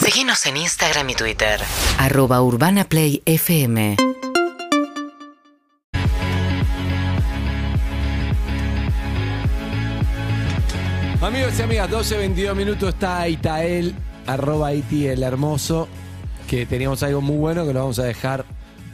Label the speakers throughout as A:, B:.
A: Seguinos en Instagram y Twitter.
B: Arroba Urbana Play FM.
C: Amigos y amigas, 12, 22 minutos está Itael, arroba Iti el hermoso, que teníamos algo muy bueno que lo vamos a dejar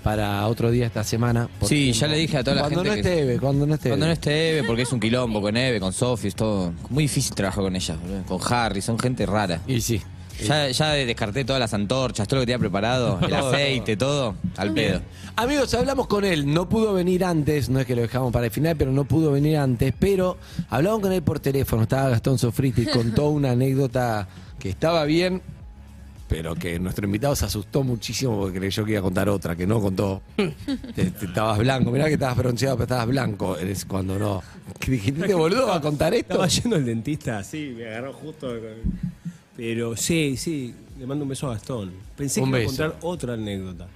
C: para otro día esta semana. por
D: Sí,
C: tiempo.
D: ya le dije a toda la
C: cuando
D: gente
C: No
D: que-
C: esté Eve, cuando no esté
D: Cuando no
C: Eve.
D: esté Eve, porque es un quilombo con Eve, con Sofi, es todo. Muy difícil trabajar con ella, boludo. Con Harry, son gente rara.
C: Y sí.
D: Ya, ya descarté todas las antorchas, todo lo que tenía preparado, el aceite, todo, al pedo.
C: Amigos, hablamos con él, no pudo venir antes, no es que lo dejamos para el final, pero no pudo venir antes, pero hablamos con él por teléfono, estaba Gastón Sofriti, contó una anécdota que estaba bien, pero que nuestro invitado se asustó muchísimo porque creyó que iba a contar otra, que no contó. Te- te- estabas blanco, mirá que estabas bronceado, pero estabas blanco, es cuando no. Que Dijiste, boludo, va a contar esto.
E: Estaba yendo al dentista, sí, me agarró justo. con- Pero sí, sí, le mando un beso a Gastón. Pensé
C: Un
E: que
C: beso.
E: iba a contar otra anécdota.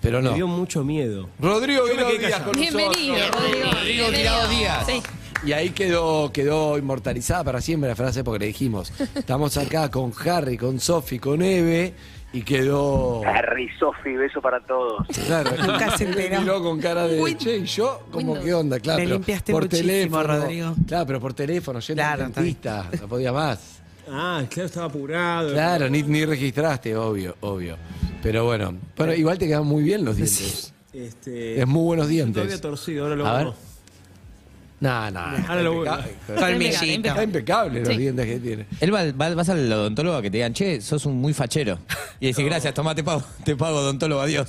C: Pero
E: Me dio
C: no.
E: mucho miedo.
C: Rodrigo
E: Yo me
C: Guirao
E: quedé
C: Díaz
E: callado.
C: con
F: Bienvenido,
C: nosotros.
F: Rodrigo.
D: Rodrigo Tirado Díaz.
F: Sí.
C: Y ahí quedó, quedó inmortalizada para siempre la frase porque le dijimos, estamos acá con Harry, con Sofi, con Eve, y quedó...
G: Harry, Sofi, beso para todos.
C: Claro,
H: Nunca se enteró.
C: miró con cara de che, y yo, como qué onda, claro.
H: Le
C: pero
H: limpiaste
C: por
H: muchísimo,
C: teléfono,
H: Rodrigo.
C: Claro, pero por teléfono, yendo
H: Claro,
C: al dentista, no podía más.
E: Ah, claro, estaba apurado.
C: Claro, ni, ni registraste, obvio, obvio. Pero bueno, bueno, igual te quedan muy bien los dientes.
E: Este,
C: Es muy buenos
E: Todavía
C: dientes.
E: torcido, ahora lo
C: A ver.
E: hago.
C: No, no,
E: Ahora lo vuelvo.
F: Colmillito.
C: Está impecable los
F: Sí.
C: dientes que tiene.
D: Él va, va- vas al odontólogo a que te digan, che, sos un muy fachero. Y decís, gracias, tomá, te pago, te pago, odontólogo, adiós.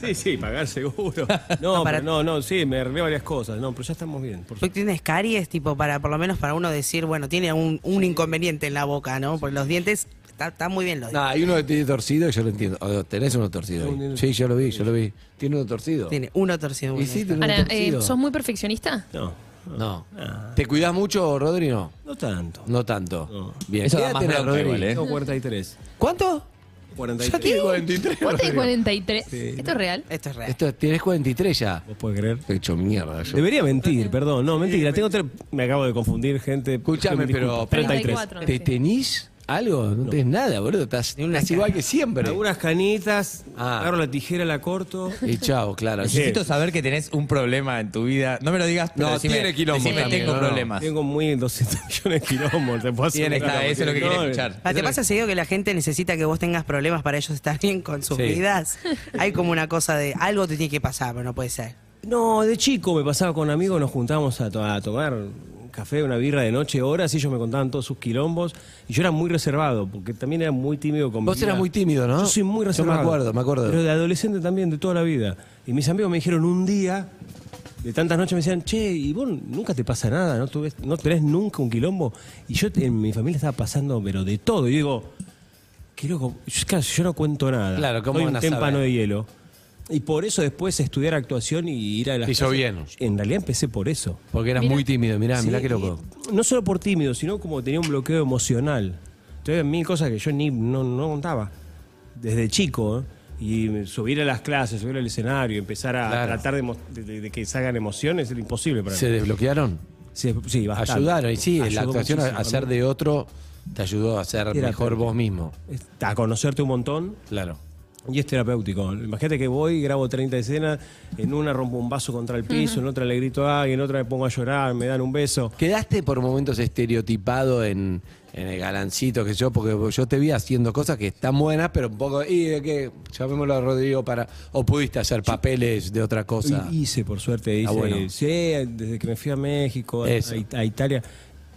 E: Sí, sí, pagar seguro. No,
H: No, para-
E: pero no, no, sí, me arreglé varias cosas. No, pero ya estamos bien. Por
H: Tú
E: suerte.
H: tienes caries, tipo, para por lo menos para uno decir, bueno, tiene un, un inconveniente en la boca, ¿no? Porque los dientes, está, está muy bien los
C: No,
H: dientes.
C: hay uno que tiene torcido, yo lo entiendo. O, tenés uno torcido. ahí. Sí, yo lo vi, yo lo vi. ¿Tiene uno torcido?
H: Tiene uno torcido.
C: ¿Y
H: uno
C: sí, tiene
H: está.
C: uno
F: Ahora, eh,
C: torcido?
F: ¿sos muy perfeccionista?
E: No,
C: No. ¿Te cuidás mucho, Rodri? No.
E: no tanto.
C: No tanto.
E: No.
C: Bien.
D: Eso
C: ¿Qué
D: da
C: edad
D: más
C: tenés,
D: bronca
C: Rodri?
D: igual, ¿eh?
E: Tengo 43.
C: ¿Cuánto? Ya
E: 43.
C: tiene 43.
F: ¿Vos tenés
C: Rodrigo.
F: 43? ¿Esto es real?
H: Esto es real.
C: Esto, tienes 43 ya.
E: ¿Vos podés creer?
C: He hecho mierda yo.
E: Debería mentir, perdón. No, mentira. Tengo tres. Me acabo de confundir, gente.
C: Escúchame,
E: Me
C: pero.
E: disculpo. 33.
F: 34.
C: ¿Te tenís algo? No tenés nada, boludo. Estás, estás igual que siempre.
E: Algunas canitas,
C: Ah.
E: agarro la tijera, la corto.
C: Y chao, claro.
D: Necesito saber que tenés un problema en tu vida. No me lo digas, pero
C: No,
D: decime,
C: tiene quilombo
D: decime,
C: también,
D: tengo
C: no, no.
D: problemas.
E: Tengo muy 200 millones de kilómetros. Te puedo
D: Bien,
E: asegurar,
D: está, eso es lo
E: porque
D: que quería
E: no,
D: escuchar.
H: Ah, ¿Te pasa seguido que la gente necesita que vos tengas problemas para ellos estar bien con sus
C: Sí.
H: vidas? Hay como una cosa de algo te tiene que pasar, pero no puede ser.
E: No, de chico me pasaba con amigos, nos juntábamos a, to- a tomar un café, una birra de noche, horas, y ellos me contaban todos sus quilombos. Y yo era muy reservado, porque también era muy tímido con mi
C: Vos
E: vida.
C: eras muy tímido, ¿no?
E: Yo soy muy
C: Yo
E: reservado.
C: me acuerdo, me acuerdo.
E: Pero de adolescente también, de toda la vida. Y mis amigos me dijeron un día, de tantas noches, me decían, che, y vos nunca te pasa nada, ¿no, tuvés- no tenés nunca un quilombo? Y yo te- en mi familia estaba pasando, pero de todo. Y digo, qué loco, yo, claro, yo no cuento nada.
C: Claro, ¿cómo
E: Soy un
C: van a saber?
E: témpano de hielo. Y por eso después estudiar actuación y ir a las
C: Te hizo
E: clases.
C: bien.
E: En realidad empecé por eso.
C: Porque eras muy tímido, mirá, mirá qué loco.
E: No solo por tímido, sino como tenía un bloqueo emocional. Entonces, mil cosas que yo ni no, no contaba. Desde chico, ¿eh? y me- subir a las clases, subir al escenario, empezar a
C: Claro.
E: tratar de, mo- de- de- de que salgan emociones, era imposible para mí.
C: ¿Se desbloquearon?
E: Sí, sí, bastante.
C: Ayudaron, y sí, la
E: Ayudó
C: actuación a,
E: muchísimo.
C: a ser de otro te ayudó a ser
E: Terapia.
C: mejor vos mismo.
E: A conocerte un montón.
C: Claro.
E: Y es terapéutico. Imagínate que voy, grabo 30 escenas, en una rompo un vaso contra el piso, en otra le grito a alguien, en otra me pongo a llorar, me dan un beso.
C: ¿Quedaste por momentos estereotipado en, en el galancito que yo? Porque yo te vi haciendo cosas que están buenas, pero un poco. Y de que llamémoslo a Rodrigo para. O pudiste hacer papeles de otra cosa.
E: Y- hice, por suerte, hice.
C: Ah, bueno.
E: sí, desde que me fui a México, a,
C: Eso.
E: a It- a Italia,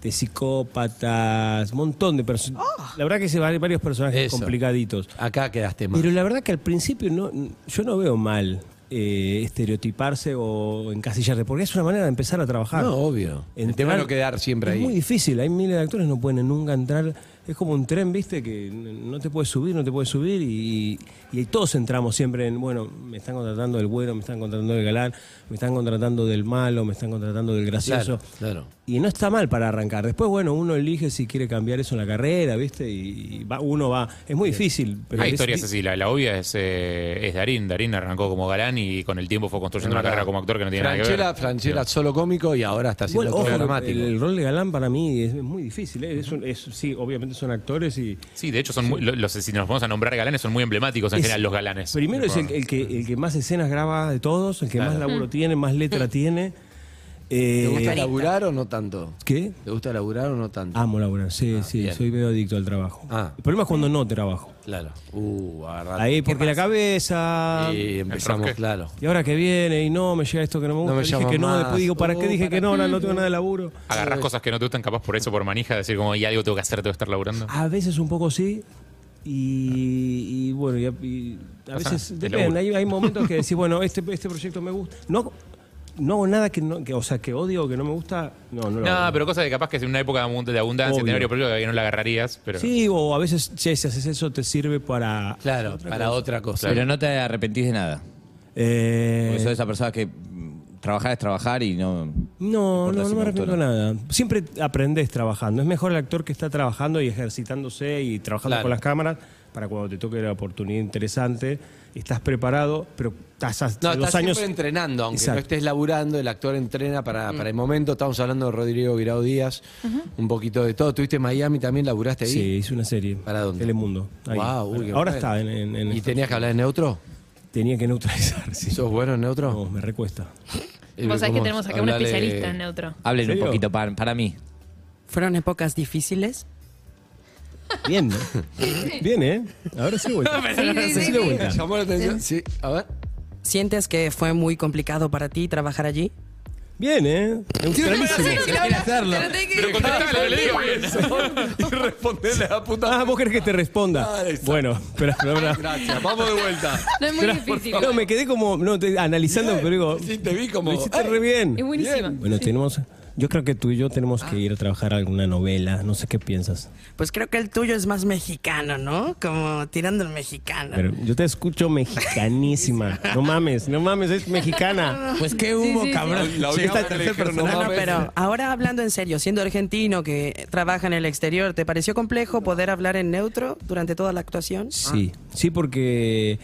E: de psicópatas, montón de personas. La verdad que hice vari- varios personajes
C: Ah. Eso.
E: complicaditos.
C: Acá quedaste mal.
E: Pero la verdad que al principio no, yo no veo mal eh, estereotiparse o encasillarse, porque es una manera de empezar a trabajar.
C: no, obvio. El tema
E: Entrar-
C: no quedar siempre
E: es
C: ahí.
E: muy difícil, hay miles de actores no pueden nunca entrar. Es como un tren, viste, que n- no te puedes subir, no te puedes subir y, y todos entramos siempre en, bueno, me están contratando del bueno, me están contratando del galán, me están contratando del malo, me están contratando del gracioso.
C: Claro, claro.
E: Y no está mal para arrancar. Después, bueno, uno elige si quiere cambiar eso en la carrera, viste, y, y va, uno va. Es muy difícil. Pero
I: Hay
E: es-
I: historias así, la, la obvia es, eh, es Darín. Darín arrancó como galán y con el tiempo fue construyendo una carrera como actor que no tiene
C: Franchela,
I: nada que ver.
C: Franchela, solo cómico y ahora está
E: Igual,
C: haciendo
E: ojo,
C: todo
E: el,
C: dramático.
E: el rol de galán para mí es, es muy difícil. ¿eh? Es un- es- sí, obviamente son actores y.
I: Sí, de hecho, son muy- lo- los, si nos vamos a nombrar galanes, son muy emblemáticos en
E: Es-
I: general los galanes.
E: Primero es el, el que, el que más escenas graba de todos, el que más laburo tiene, más letra tiene. Eh,
C: ¿Te gusta laburar o no tanto?
E: ¿Qué?
C: ¿Te gusta laburar o no tanto?
E: Amo laburar, sí, sí,
C: Ah, bien.
E: soy medio adicto al trabajo.
C: Ah.
E: El problema es cuando no trabajo.
C: Claro. Uh, agarrate.
E: Ahí, porque la cabeza.
C: Y empezamos,
I: Enrosqué.
C: claro.
E: Y ahora que viene y no, me llega esto que no me gusta.
C: me
E: dije
C: llaman
E: que no,
C: más.
E: después digo, ¿para
C: Oh,
E: qué dije que no? Ahora no tengo nada de laburo.
I: Agarrás cosas que no te gustan, capaz por eso, por manija, decir como, y algo tengo que hacer, tengo que estar laburando.
E: A veces un poco sí. Y, y bueno, y a, y a
I: Pasa,
E: veces
I: el
E: depende.
I: laburo.
E: Hay, hay momentos que decís, bueno, este, este proyecto me gusta. No, no hago nada que, no, que, o sea, que odio o que no me gusta. No, no lo
I: No,
E: hago.
I: pero cosas de capaz que es en una época de abund- de abundancia,
E: Obvio.
I: tener varios proyectos que no la agarrarías, pero.
E: Sí, o a veces, che, si haces eso te sirve para.
C: Claro, para otra cosa.
D: Pero no te arrepentís de nada.
E: Eh,
D: Porque sos esa persona que mm, trabajar es trabajar y no.
E: No, no,
D: importa si
E: no me
D: me
E: arrepiento
D: gustó o
E: de nada. Siempre aprendes trabajando. Es mejor el actor que está trabajando y ejercitándose y trabajando
C: Claro.
E: con las cámaras para cuando te toque la oportunidad interesante. Estás preparado, pero estás hace
C: No,
E: dos
C: estás
E: años.
C: siempre entrenando, aunque
E: Exacto.
C: no estés laburando, el actor entrena para, para el momento. Estamos hablando de Rodrigo Virao Díaz, un poquito de todo. Tuviste en Miami también, laburaste ahí.
E: Sí, hice una serie.
C: ¿Para dónde?
E: Telemundo. ahí.
C: Guau, uy, qué
E: Ahora
C: bueno.
E: está en. en- en-
C: ¿Y tenías que hablar en neutro?
E: Tenía que neutralizar, sí.
C: ¿Sos bueno en neutro?
E: No, me recuesta.
C: Eh,
F: Vos sabés que
C: ¿cómo?
F: tenemos acá un
C: Hablale-
F: especialista en neutro.
D: Hablen
E: ¿En
D: un
E: serio?
D: poquito para, para mí.
H: ¿Fueron épocas difíciles?
E: Bien, ¿no? Bien, ¿eh? Ahora sí voy.
F: sí,
E: sí,
F: sí.
E: de vuelta.
C: ¿Llamó la atención? Sí, a ver.
H: ¿Sientes que fue muy complicado para ti trabajar allí?
E: Bien, ¿eh? Neutralísimo.
I: Pero contestale, le digo bien.
C: Y responderle a la puta.
E: Ah, vos querés que te responda.
C: Ah, exacto.
E: Bueno, espera, espera, espera.
C: Gracias, vamos de vuelta.
F: No es muy difícil.
E: No, me quedé como no, te- analizando, pero digo,
C: Sí, te vi
E: lo
C: como.
E: hiciste
C: ¡Ey!
E: re bien.
F: Es buenísima.
E: Bueno, tenemos, yo creo que tú y yo tenemos
C: Ah.
E: que ir a trabajar alguna novela, no sé qué piensas.
H: Pues creo que el tuyo es más mexicano, ¿no? Como tirando el mexicano.
E: Pero yo te escucho mexicanísima. No mames, no mames, es mexicana.
D: Pues qué hubo,
F: sí, sí.
D: cabrón.
C: La
D: Llega
C: última vez que le
D: tercer
C: dijeron, no
D: personaje.
H: No,
C: mames.
H: pero ahora hablando en serio, siendo argentino que trabaja en el exterior, ¿te pareció complejo poder hablar en neutro durante toda la actuación?
E: Sí, sí, porque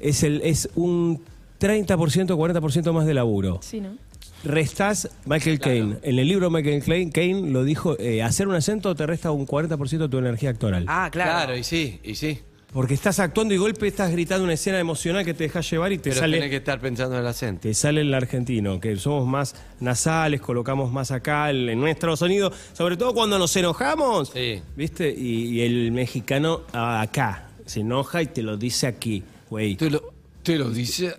E: es, el, es un 30%, 40% más de laburo.
F: Sí, ¿no?
E: Restás Michael Caine. En el libro Michael Caine, Caine lo dijo, eh, hacer un acento te resta un 40% de tu energía actoral.
H: Ah, claro.
C: Claro, y sí, y sí.
E: Porque estás actuando y golpe estás gritando una escena emocional que te dejas llevar y te
C: Pero
E: sale
C: tenés que estar pensando en el acento.
E: te sale el argentino, que somos más nasales, colocamos más acá el- en nuestro sonido, sobre todo cuando nos enojamos.
C: Sí.
E: ¿Viste? Y, y el mexicano ah, acá se enoja y te lo dice aquí, güey.
C: Te lo, te lo dice.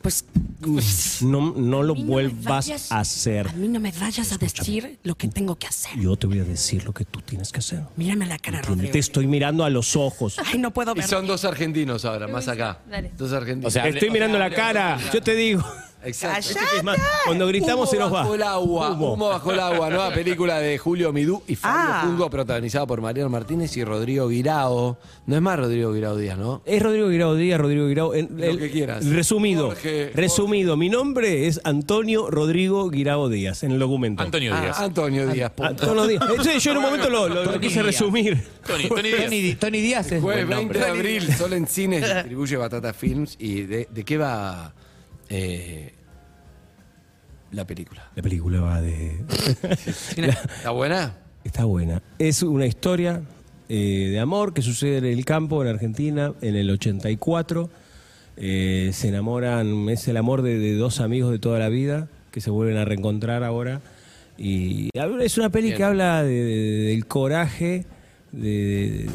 H: Pues
E: No, no lo
J: mí no me
E: vuelvas
J: vayas.
E: a hacer.
J: A mí no me vayas a decir lo que tengo que hacer.
E: Yo te voy a decir lo que tú tienes que hacer.
J: Mírame la cara,
E: ¿Entiendes?
J: Rodrigo.
E: Te estoy mirando a los ojos.
H: Ay, no puedo
C: Y
H: ver.
C: son dos argentinos ahora, más acá.
F: Dale.
C: Dos
D: O
C: argentinos.
D: sea,
E: Te estoy mirando la cara. Yo te digo.
C: Exacto.
E: Es más, cuando gritamos se nos va.
C: bajo el agua,
E: Humo.
C: humo. bajo el agua, nueva película de Julio Midú y Fabio
H: Ah.
C: Junco, protagonizada por Mariano Martínez y Rodrigo Guirao. No es más Rodrigo Guirao Díaz, ¿no?
E: Es Rodrigo Guirao Díaz, Rodrigo Guirao. en-
C: Lo que quieras.
E: Resumido.
C: Jorge,
E: resumido. Mi nombre es Antonio Rodrigo Guirao Díaz en el documento.
I: Antonio
C: Ah,
I: Díaz.
C: Antonio Díaz. punto.
E: Antonio Díaz. Entonces, yo en un momento lo, lo- lo quise resumir.
I: Tony, Tony Díaz.
D: Tony, Tony Díaz es
C: Jueves
D: buen
C: 20
D: nombre.
C: de abril, solo en cines, distribuye Batata Films. ¿Y de, de qué va eh, la película?
E: La película va de. La-
C: ¿Está buena?
E: Está buena. Es una historia eh, de amor que sucede en el campo, en Argentina, en el 84. Eh, se enamoran, es el amor de, de dos amigos de toda la vida que se vuelven a reencontrar ahora. Y hab- es una peli que habla de- de- del coraje, de,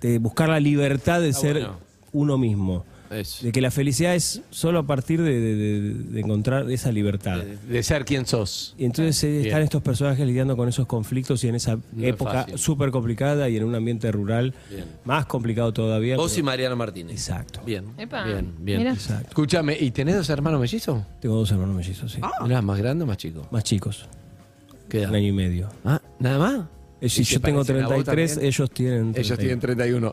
E: de- de buscar la libertad de ser
C: bueno.
E: uno mismo.
C: Eso.
E: De que la felicidad es solo a partir de, de- de- de encontrar esa libertad.
C: De, de ser quien sos.
E: Y entonces eh, están estos personajes lidiando con esos conflictos y en esa
C: No es
E: época
C: fácil.
E: súper complicada y en un ambiente rural más complicado todavía.
C: Vos
E: pero-
C: y Mariano Martínez.
E: Exacto.
C: Bien.
F: Epa.
C: Bien, bien.
F: Mira.
E: Exacto.
C: Escúchame, ¿y tenés dos hermanos mellizos?
E: Tengo dos hermanos mellizos, sí.
C: ¿Era más grande o más chico?
E: Más chicos,
C: ¿Qué edad?
E: un año y medio.
C: Ah, ¿Nada más?
E: Eh, Si
C: ¿Y se
E: yo tengo
C: parecen a vos
E: 33,
C: también?
E: ellos tienen.
C: Ellos
E: 31.
C: tienen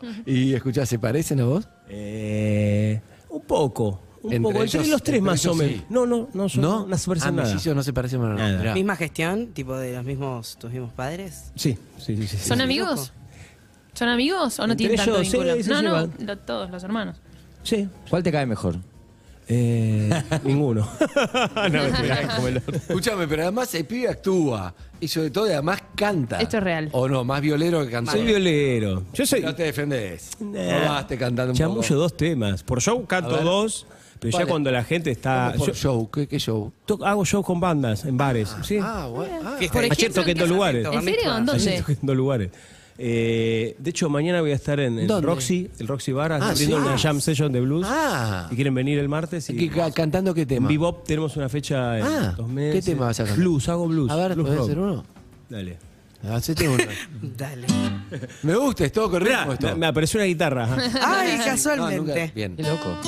C: 31. Y escuchá, ¿se parecen a vos?
E: Eh, un poco. Un
C: Entre
E: poco.
C: ellos-
E: entre los tres
C: entre
E: más o
C: ellos
E: menos.
C: sí.
E: No, no, no son no, se
C: ah,
E: parecen nada.
C: mellizos no se parecen a nada.
E: Nada.
C: Mirá.
H: ¿Misma gestión? ¿Tipo de los mismos, tus mismos padres?
E: Sí, sí, sí. sí, sí.
F: ¿Son amigos? ¿Son amigos o no
E: Entre
F: tienen tanto
E: ellos, sí,
F: vínculo?
E: se
F: no, no,
E: llevan.
F: lo- todos los hermanos.
E: Sí.
D: ¿Cuál te cae mejor?
E: Eh, ninguno. Ah, no, mentira, como el otro.
C: Escúchame, pero además el pibe actúa. Y sobre todo, además canta.
F: Esto es real.
C: O no, más violero que cantor.
E: Soy violero. Yo soy.
C: No te defendés.
E: Nah.
C: No baste cantando un
E: Chamullo
C: poco.
E: Eh, dos temas. Por show
C: A
E: canto
C: ver.
E: dos, pero ya
C: Vale.
E: cuando la gente está.
C: ¿Cómo por
E: Yo
C: show? ¿Qué, qué show?
E: to- hago shows con bandas en bares. ¿sí?
C: Ah, bueno. ah.
F: Por
E: Ayer
F: ejemplo,
E: toqué en dos lugares.
F: ¿En serio? ¿En
E: Ayer
F: dónde?
E: toqué en dos lugares. Eh, de hecho, mañana voy a estar en, en
C: ¿Dónde? Ah,
E: Roxy, el Roxy Bar, abriendo
C: sí.
E: una jam session de blues.
C: Ah.
E: Si quieren venir el martes. Y,
C: ¿Qué- ca- ¿Cantando qué
E: en
C: tema?
E: Bebop tenemos una fecha en
C: Ah,
E: dos meses.
C: ¿qué tema vas a cantar?
E: Blues, hago blues.
C: A ver,
E: blues
C: ¿podés
E: rock.
C: hacer uno?
E: Dale.
C: Hacete uno.
H: Dale.
C: Me gusta, es todo
E: Mirá,
C: correcto.
E: me, me apareció una guitarra. ajá.
H: Ay, casualmente.
C: Bien.
D: Qué loco.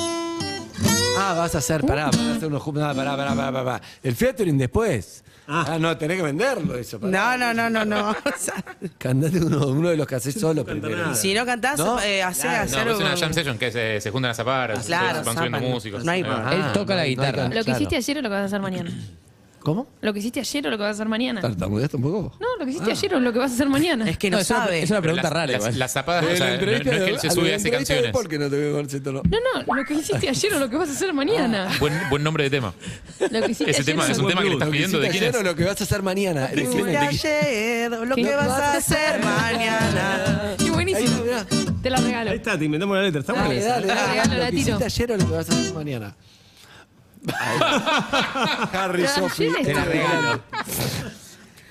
C: Ah, vas a hacer, pará, vas a hacer unos ju- nada, pará, pará, pará, pará, pará. El featuring después. Ah. no, tenés que venderlo eso.
H: No, no, no, no, no. O sea,
C: Cantate uno, uno de los que haces solo primero.
E: nada.
H: si no cantás,
C: No,
H: eh, hacé
I: No,
H: hacer
I: es una
H: un-
I: jam session que se, se juntan a zapar, se-
H: Ah, Claro,
I: se van subiendo
H: zapan.
I: músicos.
H: No hay más.
C: Ah,
D: Él toca la
C: no hay
D: guitarra.
C: can-
F: Lo que hiciste
C: claro.
F: ayer o lo que vas a hacer mañana.
C: ¿Cómo?
F: Lo que hiciste ayer o lo que vas a hacer mañana.
C: ¿Tartamudeaste un poco?
F: No, lo que
E: Ah.
F: hiciste ayer o lo que vas a hacer mañana.
H: Es que no,
D: es una,
H: sabe.
D: es una
I: Pero
D: pregunta
I: las-
D: rara
I: las-
D: igual.
I: Las zapadas, o sea, no, no es que él se sube y hace canciones.
C: ¿Por qué no te veo con ese tono?
F: No, no, lo que hiciste ayer o lo que vas a hacer mañana.
I: Buen, buen nombre de tema.
F: Lo que hiciste
I: Ese
F: ayer
I: tema
F: o
I: es
F: lo
I: un
F: que-
I: tema que le estás
C: Lo que
I: pidiendo de
C: hiciste
I: quién
C: ayer
I: es.
C: o lo que vas a hacer mañana. ¿De quién
H: Hiciste
C: es?
H: ayer lo
F: ¿Qué
H: que vas
F: vas
H: a hacer mañana.
F: Qué buenísimo.
C: Ahí está,
F: Te la regalo.
E: Ahí está, te inventamos la letra. Está buena
C: Dale,
E: esa.
C: dale,
F: La
C: dale.
F: regalo,
C: Lo
F: la
C: que
F: tiro.
C: hiciste ayer o lo que vas a hacer mañana. Harry,
F: La
C: Sofi.
F: ayer
C: te la
F: está-
C: regalo.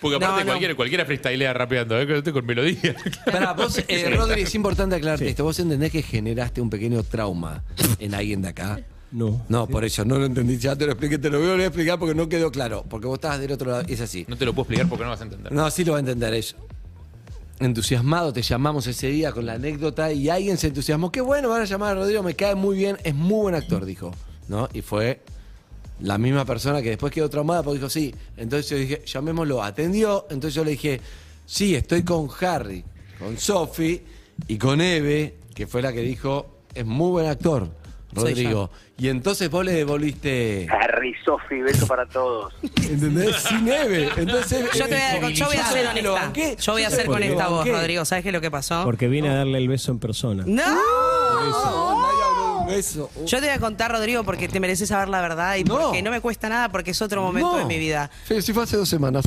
I: Porque aparte
H: No, no.
I: cualquiera, cualquiera freestylea rapeando, ¿eh? Que estoy con melodía.
C: Pará, vos, eh, Rodri, es importante aclararte esto. Vos entendés que generaste un pequeño trauma en alguien de acá.
E: No.
C: No, por eso, no lo entendí. Ya te lo expliqué, te lo voy a volver a explicar porque no quedó claro. Porque vos estabas del otro lado, es así.
I: No te lo puedo explicar porque no vas a entender.
C: No, sí lo va a entender ella. Entusiasmado, te llamamos ese día con la anécdota y alguien se entusiasmó. Qué bueno, van a llamar a Rodrigo, me cae muy bien, es muy buen
H: Mm.
C: actor, dijo. ¿No? Y fue la misma persona que después quedó traumada porque dijo, sí. Entonces yo dije, llamémoslo, atendió. Entonces yo le dije, sí, estoy con Harry, con Sofi y con Eve, que fue la que dijo, es muy buen actor,
H: Soy
C: Rodrigo. Y entonces vos le devolviste.
G: Harry, Sofi, beso para todos.
C: ¿Entendés? Sin Eve. Entonces,
H: Yo, te voy a, yo voy a ser honesta. Yo voy a ser con esta voz, Rodrigo. ¿Sabes qué es lo que pasó?
E: Porque vine a darle el beso en persona.
H: ¡No!
C: Oh, Eso.
H: Yo te voy a contar, Rodrigo, porque te mereces saber la verdad y
C: No.
H: porque no me cuesta nada, porque es otro momento de mi vida.
C: Sí, sí fue hace dos semanas.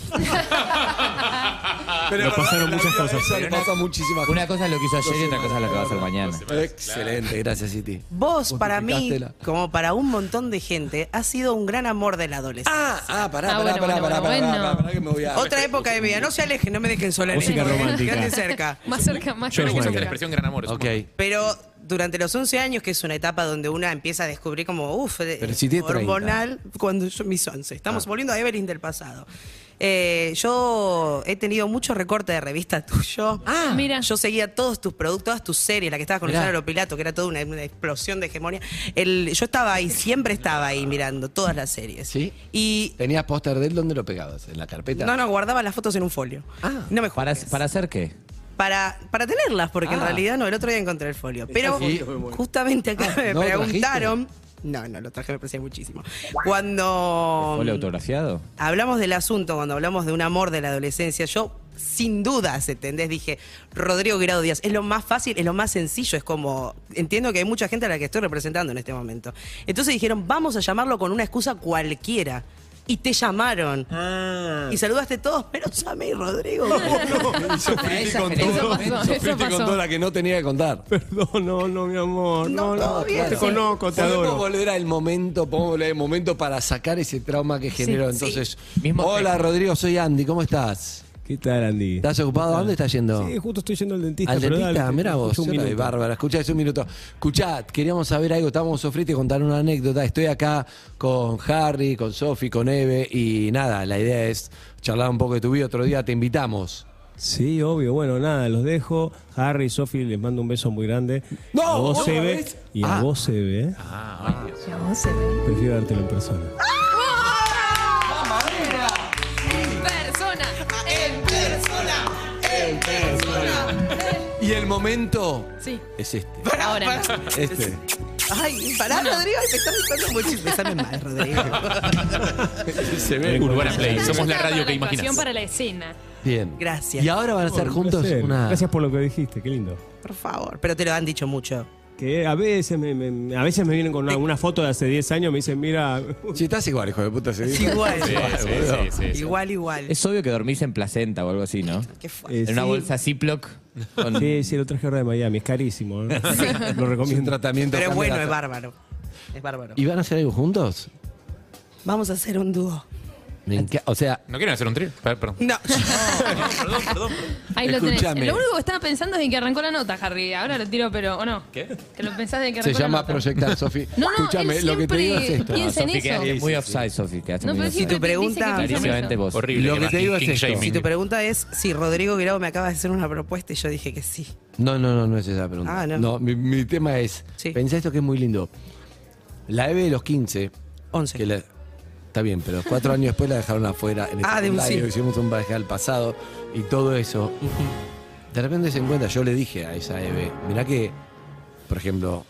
C: Pero
E: Nos pasaron muchas cosas.
C: Nos pasa muchísimas
D: Una cosa es lo que hizo ayer y otra cosa es lo que va a hacer mañana.
C: cosas. Excelente, gracias, City.
H: Vos, para mí,
C: Justificástela.
H: como para un montón de gente, has sido un gran amor de la adolescencia.
C: Ah, ah, pará,
F: Ah,
C: pará,
F: bueno,
C: pará,
F: bueno,
C: pará, pará,
F: bueno.
C: pará, pará, pará, que me voy a.
H: Otra época de mi vida. No se alejen, no me dejen sola. en
E: Música
H: esto, ¿eh?
E: romántica.
H: Quédate cerca.
F: Más cerca, más
E: Yo
I: Pero
E: no
I: que
F: cerca.
I: usan
E: Bueno.
I: la expresión gran amor. es un
C: Ok.
I: montón.
H: Pero durante los 11 años, que es una etapa donde una empieza a descubrir como, uff,
C: Pero si tiene Ah. 30.
H: hormonal, cuando yo mis 11. Estamos volviendo a Evelyn del pasado. Eh, yo he tenido muchos recortes de revista tuyo.
F: Ah, mira.
H: Yo seguía todos tus productos, todas tus series, la que estabas con
C: Mirá.
H: Luciano Pilato, que era toda una, una explosión de hegemonía. El, yo estaba ahí, siempre estaba ahí mirando todas las series.
C: Sí.
H: Y
C: ¿Tenías póster de él dónde lo pegabas? ¿En la carpeta?
H: no, no, guardaba las fotos en un folio.
C: Ah.
H: no me
D: ¿Para,
H: juzgues.
D: ¿Para hacer qué?
H: Para, para tenerlas, porque en
C: Ah.
H: realidad no, el otro día encontré el folio. Pero
C: aquí.
H: justamente acá me
C: Ah, ¿no lo
H: preguntaron. No, no, lo traje, me parecía muchísimo. Cuando
D: ¿Fue autografiado?
H: hablamos del asunto, cuando hablamos de un amor de la adolescencia, yo sin dudas, ¿entendés? Dije, Rodrigo Guirado Díaz, es lo más fácil, es lo más sencillo, es como, entiendo que hay mucha gente a la que estoy representando en este momento. Entonces dijeron, vamos a llamarlo con una excusa cualquiera. Y te llamaron. Y saludaste todos, menos a mí, Rodrigo.
D: Esa-
F: Eso pasó, eso
C: Fuiste con
F: pasó.
C: toda la que no tenía que contar.
E: Perdón, no, no, mi amor. No, no,
H: todo bien.
E: te conozco, te
C: podemos
E: adoro.
C: volver al momento, podemos volver al momento para sacar ese trauma que generó. Entonces,
D: Mismo
C: hola Rodrigo, soy Andy, ¿cómo estás?
E: ¿Qué tal, Andy?
C: ¿Estás ocupado? ¿A dónde estás yendo?
E: Sí, justo estoy yendo al dentista.
C: Al
E: pero
C: dentista,
E: dale,
C: mira
E: te
C: vos,
E: escucho un
C: hola,
E: minuto.
C: bárbara, escuchá, es un minuto. Escuchá, queríamos saber algo, estábamos ofrete y contar una anécdota. Estoy acá con Harry, con Sofi, con Eve y nada, la idea es charlar un poco de tu vida. Otro día te invitamos.
E: Sí, obvio. Bueno, nada, los dejo. Harry, Sofi, les mando un beso muy grande.
C: No,
E: a vos
C: ¿otra
E: se ve.
C: vez?
E: Y
C: Ah.
E: a vos se ve.
F: Ya vos se ve.
E: Prefiero dártelo en persona.
F: Persona.
C: Y el momento
F: Sí.
C: es este.
F: Ahora.
C: Este.
H: Ay, pará, Rodrigo, te estás gustando mucho. Pésame mal, Rodrigo.
C: Se ve.
I: Urbana Play, somos la
F: Para
I: radio que
F: la actuación,
I: imaginas.
F: Para la escena.
C: Bien.
H: Gracias.
C: Y ahora van a hacer
E: Un
C: juntos
E: placer.
C: una.
E: Gracias por lo que dijiste, qué lindo.
H: Por favor. Pero te lo han dicho mucho.
E: que a veces me, me- a veces me vienen con una, una foto de hace 10 años, me dicen, mira,
C: Si estás igual, hijo de puta, se dice.
H: Igual,
I: Sí, sí,
C: boludo.
I: sí, sí, sí.
H: igual, igual.
D: Es obvio que dormís en placenta o algo así, ¿no?
H: Qué fuerte.
E: eh,
D: En una
E: sí,
D: bolsa Ziploc. con-
E: Sí, eh, sí, lo traje ahora de Miami, es carísimo. ¿eh? Lo
C: Es un
E: recomiendo.
C: tratamiento.
H: Pero es bueno, es
C: cambia
H: bárbaro. Es bárbaro.
C: la- ¿Y van a hacer algo juntos?
H: Vamos a hacer un dúo.
C: Me enca- O sea,
I: ¿No quieren hacer un trío? Per- Perdón.
H: No.
F: Ahí lo
C: Escúchame.
F: tenés. Lo único que estaba pensando es en que arrancó la nota, Harry. Ahora lo tiro, pero. ¿O no? ¿Qué? Que lo pensás de que
C: se
F: arrancó la
C: llama
F: nota.
C: proyectar, Sofi.
F: No, no,
C: Escúchame,
F: él
C: lo que te digo es
F: siempre
C: esto.
F: piensa- Piensen
D: Sofi,
F: eso.
D: quedaste muy offside, Sofi. Quedaste
F: No,
D: muy
F: pero
D: offside.
F: siempre dice
H: Tu
F: que
H: pregunta-
F: piensa en
D: Clarísimamente
F: eso.
D: vos.
I: Horrible.
C: Lo que te digo es
I: king
C: esto.
I: shaming.
H: Si tu pregunta es si Rodrigo Grau me acaba de hacer una propuesta y yo dije que sí.
C: No, no, no, no es esa la pregunta.
H: Ah,
C: no.
H: no.
C: mi, mi tema es,
H: Sí.
C: pensá esto que es muy lindo. La EVE de los 15,
H: Once.
C: que la- está bien, pero cuatro años después la dejaron afuera en el
H: Ah, de un
C: secundario,
H: sí.
C: hicimos un viaje al pasado y todo eso. De repente se encuentra, yo le dije a esa EVE, mirá que, por ejemplo,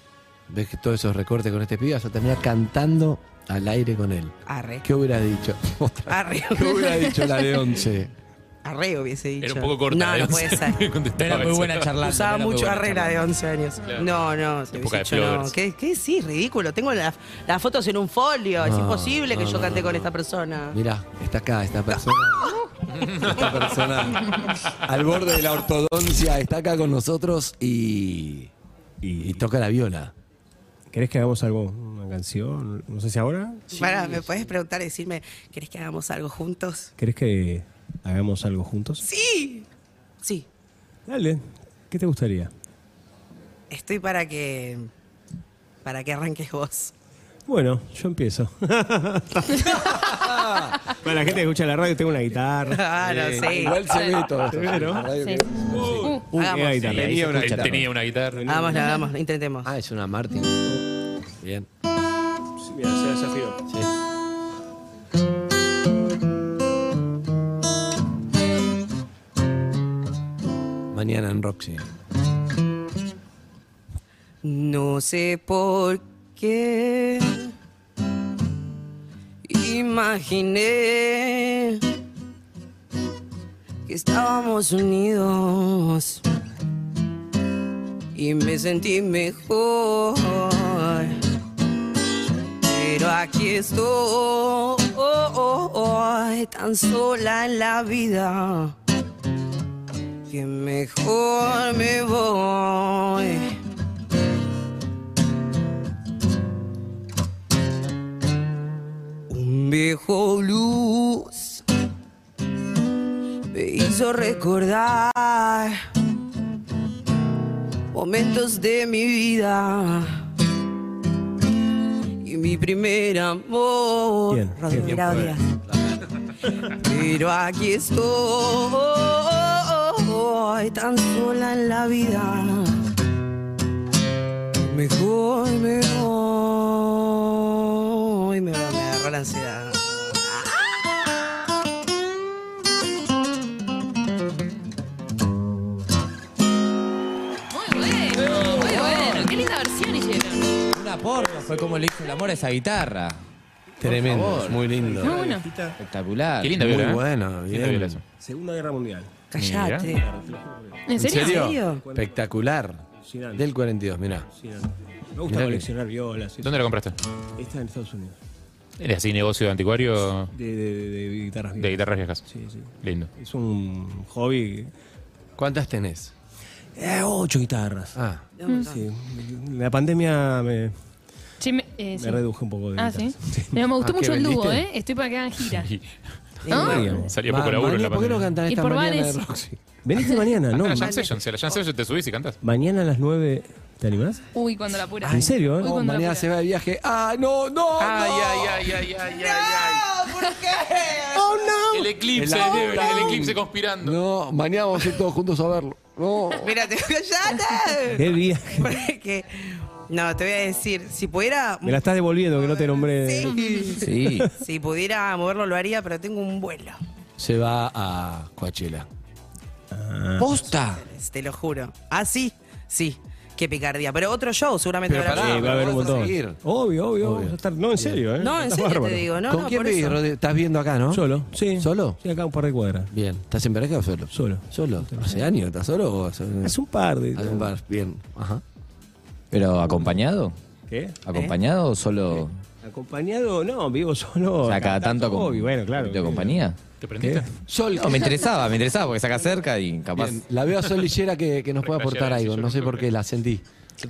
C: ves que todos esos recortes con este pibe, vas a terminar cantando al aire con él.
H: Arre.
C: ¿Qué hubieras dicho? Otra-
H: Arre.
C: ¿Qué hubiera dicho la de 11?
H: Arre hubiese dicho.
I: Era un poco corta.
H: No,
I: ¿eh?
H: no puede ser.
I: Contestaba
D: Era muy
I: eso.
D: buena charlando.
H: Usaba
D: era muy
H: mucho
D: buena
H: arregla de
D: charlando.
H: 11 años.
I: Claro.
H: No, no, se
I: Época
H: hubiese
I: de
H: dicho no.
I: flowers.
H: ¿Qué, qué? Sí, ridículo. Tengo la- las fotos en un folio. es imposible que yo cante con esta persona.
C: Mirá, está acá esta persona. Esta persona al borde de la ortodoncia está acá con nosotros y, y toca la viola.
E: ¿Querés que hagamos algo? ¿Una canción? No sé si ahora.
H: Pará, ¿me puedes preguntar y decirme, ¿querés que hagamos algo juntos?
E: ¿Querés que hagamos algo juntos?
H: Sí. Sí.
E: Dale, ¿qué te gustaría?
H: Estoy para que. para que arranques vos.
E: Bueno, yo empiezo. Para la gente que escucha la radio, tengo una guitarra.
H: Ah, no, sí.
C: Igual se ve todo esto.
E: ¿no?
C: La radio
F: Sí.
C: que-
E: Uh, qué guitarra.
H: Hagamos.
E: ahí se
I: Tenía una
E: escucha
I: guitarra.
E: todo.
I: Tenía una guitarra.
H: Hagámoslo, hagámoslo, intentemos.
C: Ah, es una Martin. Bien.
E: Sí, mira, se- se afinó.
C: Sí. Mañana en Roxy.
H: No sé por qué imaginé que estábamos unidos y me sentí mejor. Pero aquí estoy tan sola en la vida que mejor me voy. Un viejo blues me hizo recordar momentos de mi vida y mi primer amor.
E: Bien,
H: Rodrigo
E: bien,
H: Grau
E: bien.
H: Díaz. Pero aquí estoy tan sola en la vida mejor me voy. Me, me agarró la ansiedad.
F: Muy bueno, muy bueno. Qué linda versión hicieron.
D: Un aporte, fue como le hizo el amor a esa guitarra.
C: Tremendo, muy lindo.
F: Muy bueno.
D: Espectacular.
I: Qué linda
C: Muy
I: viola. ¿eh?
C: bueno,
I: Linda viola eso.
C: bien.
E: Segunda Guerra Mundial.
H: Callate.
F: ¿En serio?
H: ¿En serio?
C: Espectacular.
E: Alucinante.
C: Del 42, mirá.
E: alucinante. Me gusta
D: Mirá que-
E: coleccionar violas. y eso.
I: ¿Dónde la compraste?
E: Esta en Estados Unidos.
I: ¿Eres así negocio de anticuario
E: De, de- de guitarras
I: de
E: viejas.
I: guitarras viejas?
E: Sí, sí.
I: Lindo.
E: Es un hobby.
C: ¿Cuántas tenés?
E: Eh, ocho guitarras.
C: Ah,
E: Sí. La pandemia me,
F: Che, me- eh, sí.
E: me reduje un poco de
F: Ah, sí.
E: guitarras.
F: No, me gustó
C: Ah, ¿qué
F: mucho el dúo, ¿eh?
C: vendiste?
F: Estoy para que hagan gira.
E: Ah, digamos.
I: Salía poco laburo en la
C: ¿Por qué no
I: pandemia.
C: cantan
F: Y
C: esta
F: por
C: mañana
F: bares.
C: de Roxy?
E: Veniste mañana,
I: Cantá
E: ¿no?
I: la Jam Session. Si a la Jam Session te subís y cantás.
E: Mañana a las nueve. ¿Te animás?
F: Uy, cuando la apura.
E: ¿En serio?
F: Uy,
E: No,
F: cuando
C: Oh,
F: la
C: Mañana
F: apura.
C: se va de viaje. ¡Ah, no, no!
I: Ay,
C: no!
I: ay, ay, ay, ay, ay, ay. El eclipse,
C: El
I: el, el
C: lockdown.
I: eclipse conspirando.
C: No, mañana vamos a ir todos juntos a verlo. No.
H: Mírate, callate.
E: ¡Qué viaje!
H: Porque. No, te voy a decir, si pudiera.
E: Me la estás devolviendo, que no te nombré. Eh,
H: Sí.
D: Sí.
H: Si pudiera moverlo, lo haría, pero tengo un vuelo.
C: Se va a Coachella. Ah.
D: ¡Posta!
H: Te lo juro. Ah, sí. Sí. Qué picardía. Pero otro show, seguramente
C: Pero
H: habrá-
C: pará.
E: Sí, va a haber un
C: Vamos a
E: montón.
C: seguir.
E: Obvio, obvio. vamos a estar- No, en serio, ¿eh?
H: No, en
E: Estás
H: serio te
E: bárbaro.
H: digo, ¿no?
C: ¿Con
H: no,
C: quién
H: por
C: vivís,
H: eso.
C: Rodri? Estás viendo acá, ¿no?
E: Solo, sí.
C: ¿Solo?
E: Sí, acá un par de cuadras.
C: Bien. ¿Estás en pareja o solo?
E: Solo.
C: ¿Solo? ¿Hace años estás solo o hace,
E: Hace un par de.
C: hace un par? Bien. Ajá.
D: ¿Pero acompañado?
E: ¿Qué?
D: ¿Acompañado o solo?
E: Acompañado, no, vivo solo.
D: O sea, cada tanto
E: como.
D: con-
E: bueno, claro.
D: ¿De compañía?
I: ¿Te prendiste?
C: Sol,
D: No, me interesaba, me interesaba porque saca cerca y capaz.
C: Bien, la veo a Sol Lillera que, que nos puede aportar
I: Reclayera,
C: algo.
I: sí, yo
C: No sé
I: creo
C: por
I: que-
C: qué la sentí.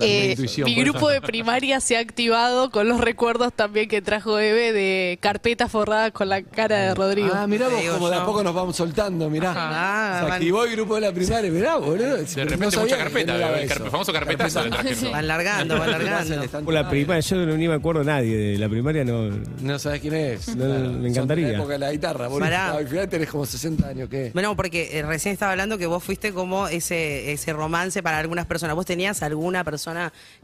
K: Eh,
C: La intuición,
K: mi
C: por eso.
K: grupo de primaria se ha activado con los recuerdos también que trajo Eve de carpetas forradas con la cara de Rodrigo.
C: Ah, mirá vos
H: Te digo
C: como de a
H: yo.
C: poco nos vamos soltando, mirá.
H: Ajá.
C: Se activó el grupo de la primaria, mirá, boludo.
I: De repente mucha carpeta, el carpe- famoso carpetazo le trajeron.
H: Van largando, van largando.
E: Por la primaria, yo no ni me acuerdo nadie de la primaria, no.
C: No sabes quién es.
E: No,
C: Claro,
E: me
C: son de
E: encantaría.
C: la época de la guitarra, boludo.
H: Pará.
C: Al final tenés como 60 años, ¿qué?
H: Bueno, porque eh, recién estaba hablando que vos fuiste como ese, ese romance para algunas personas. ¿Vos tenías alguna persona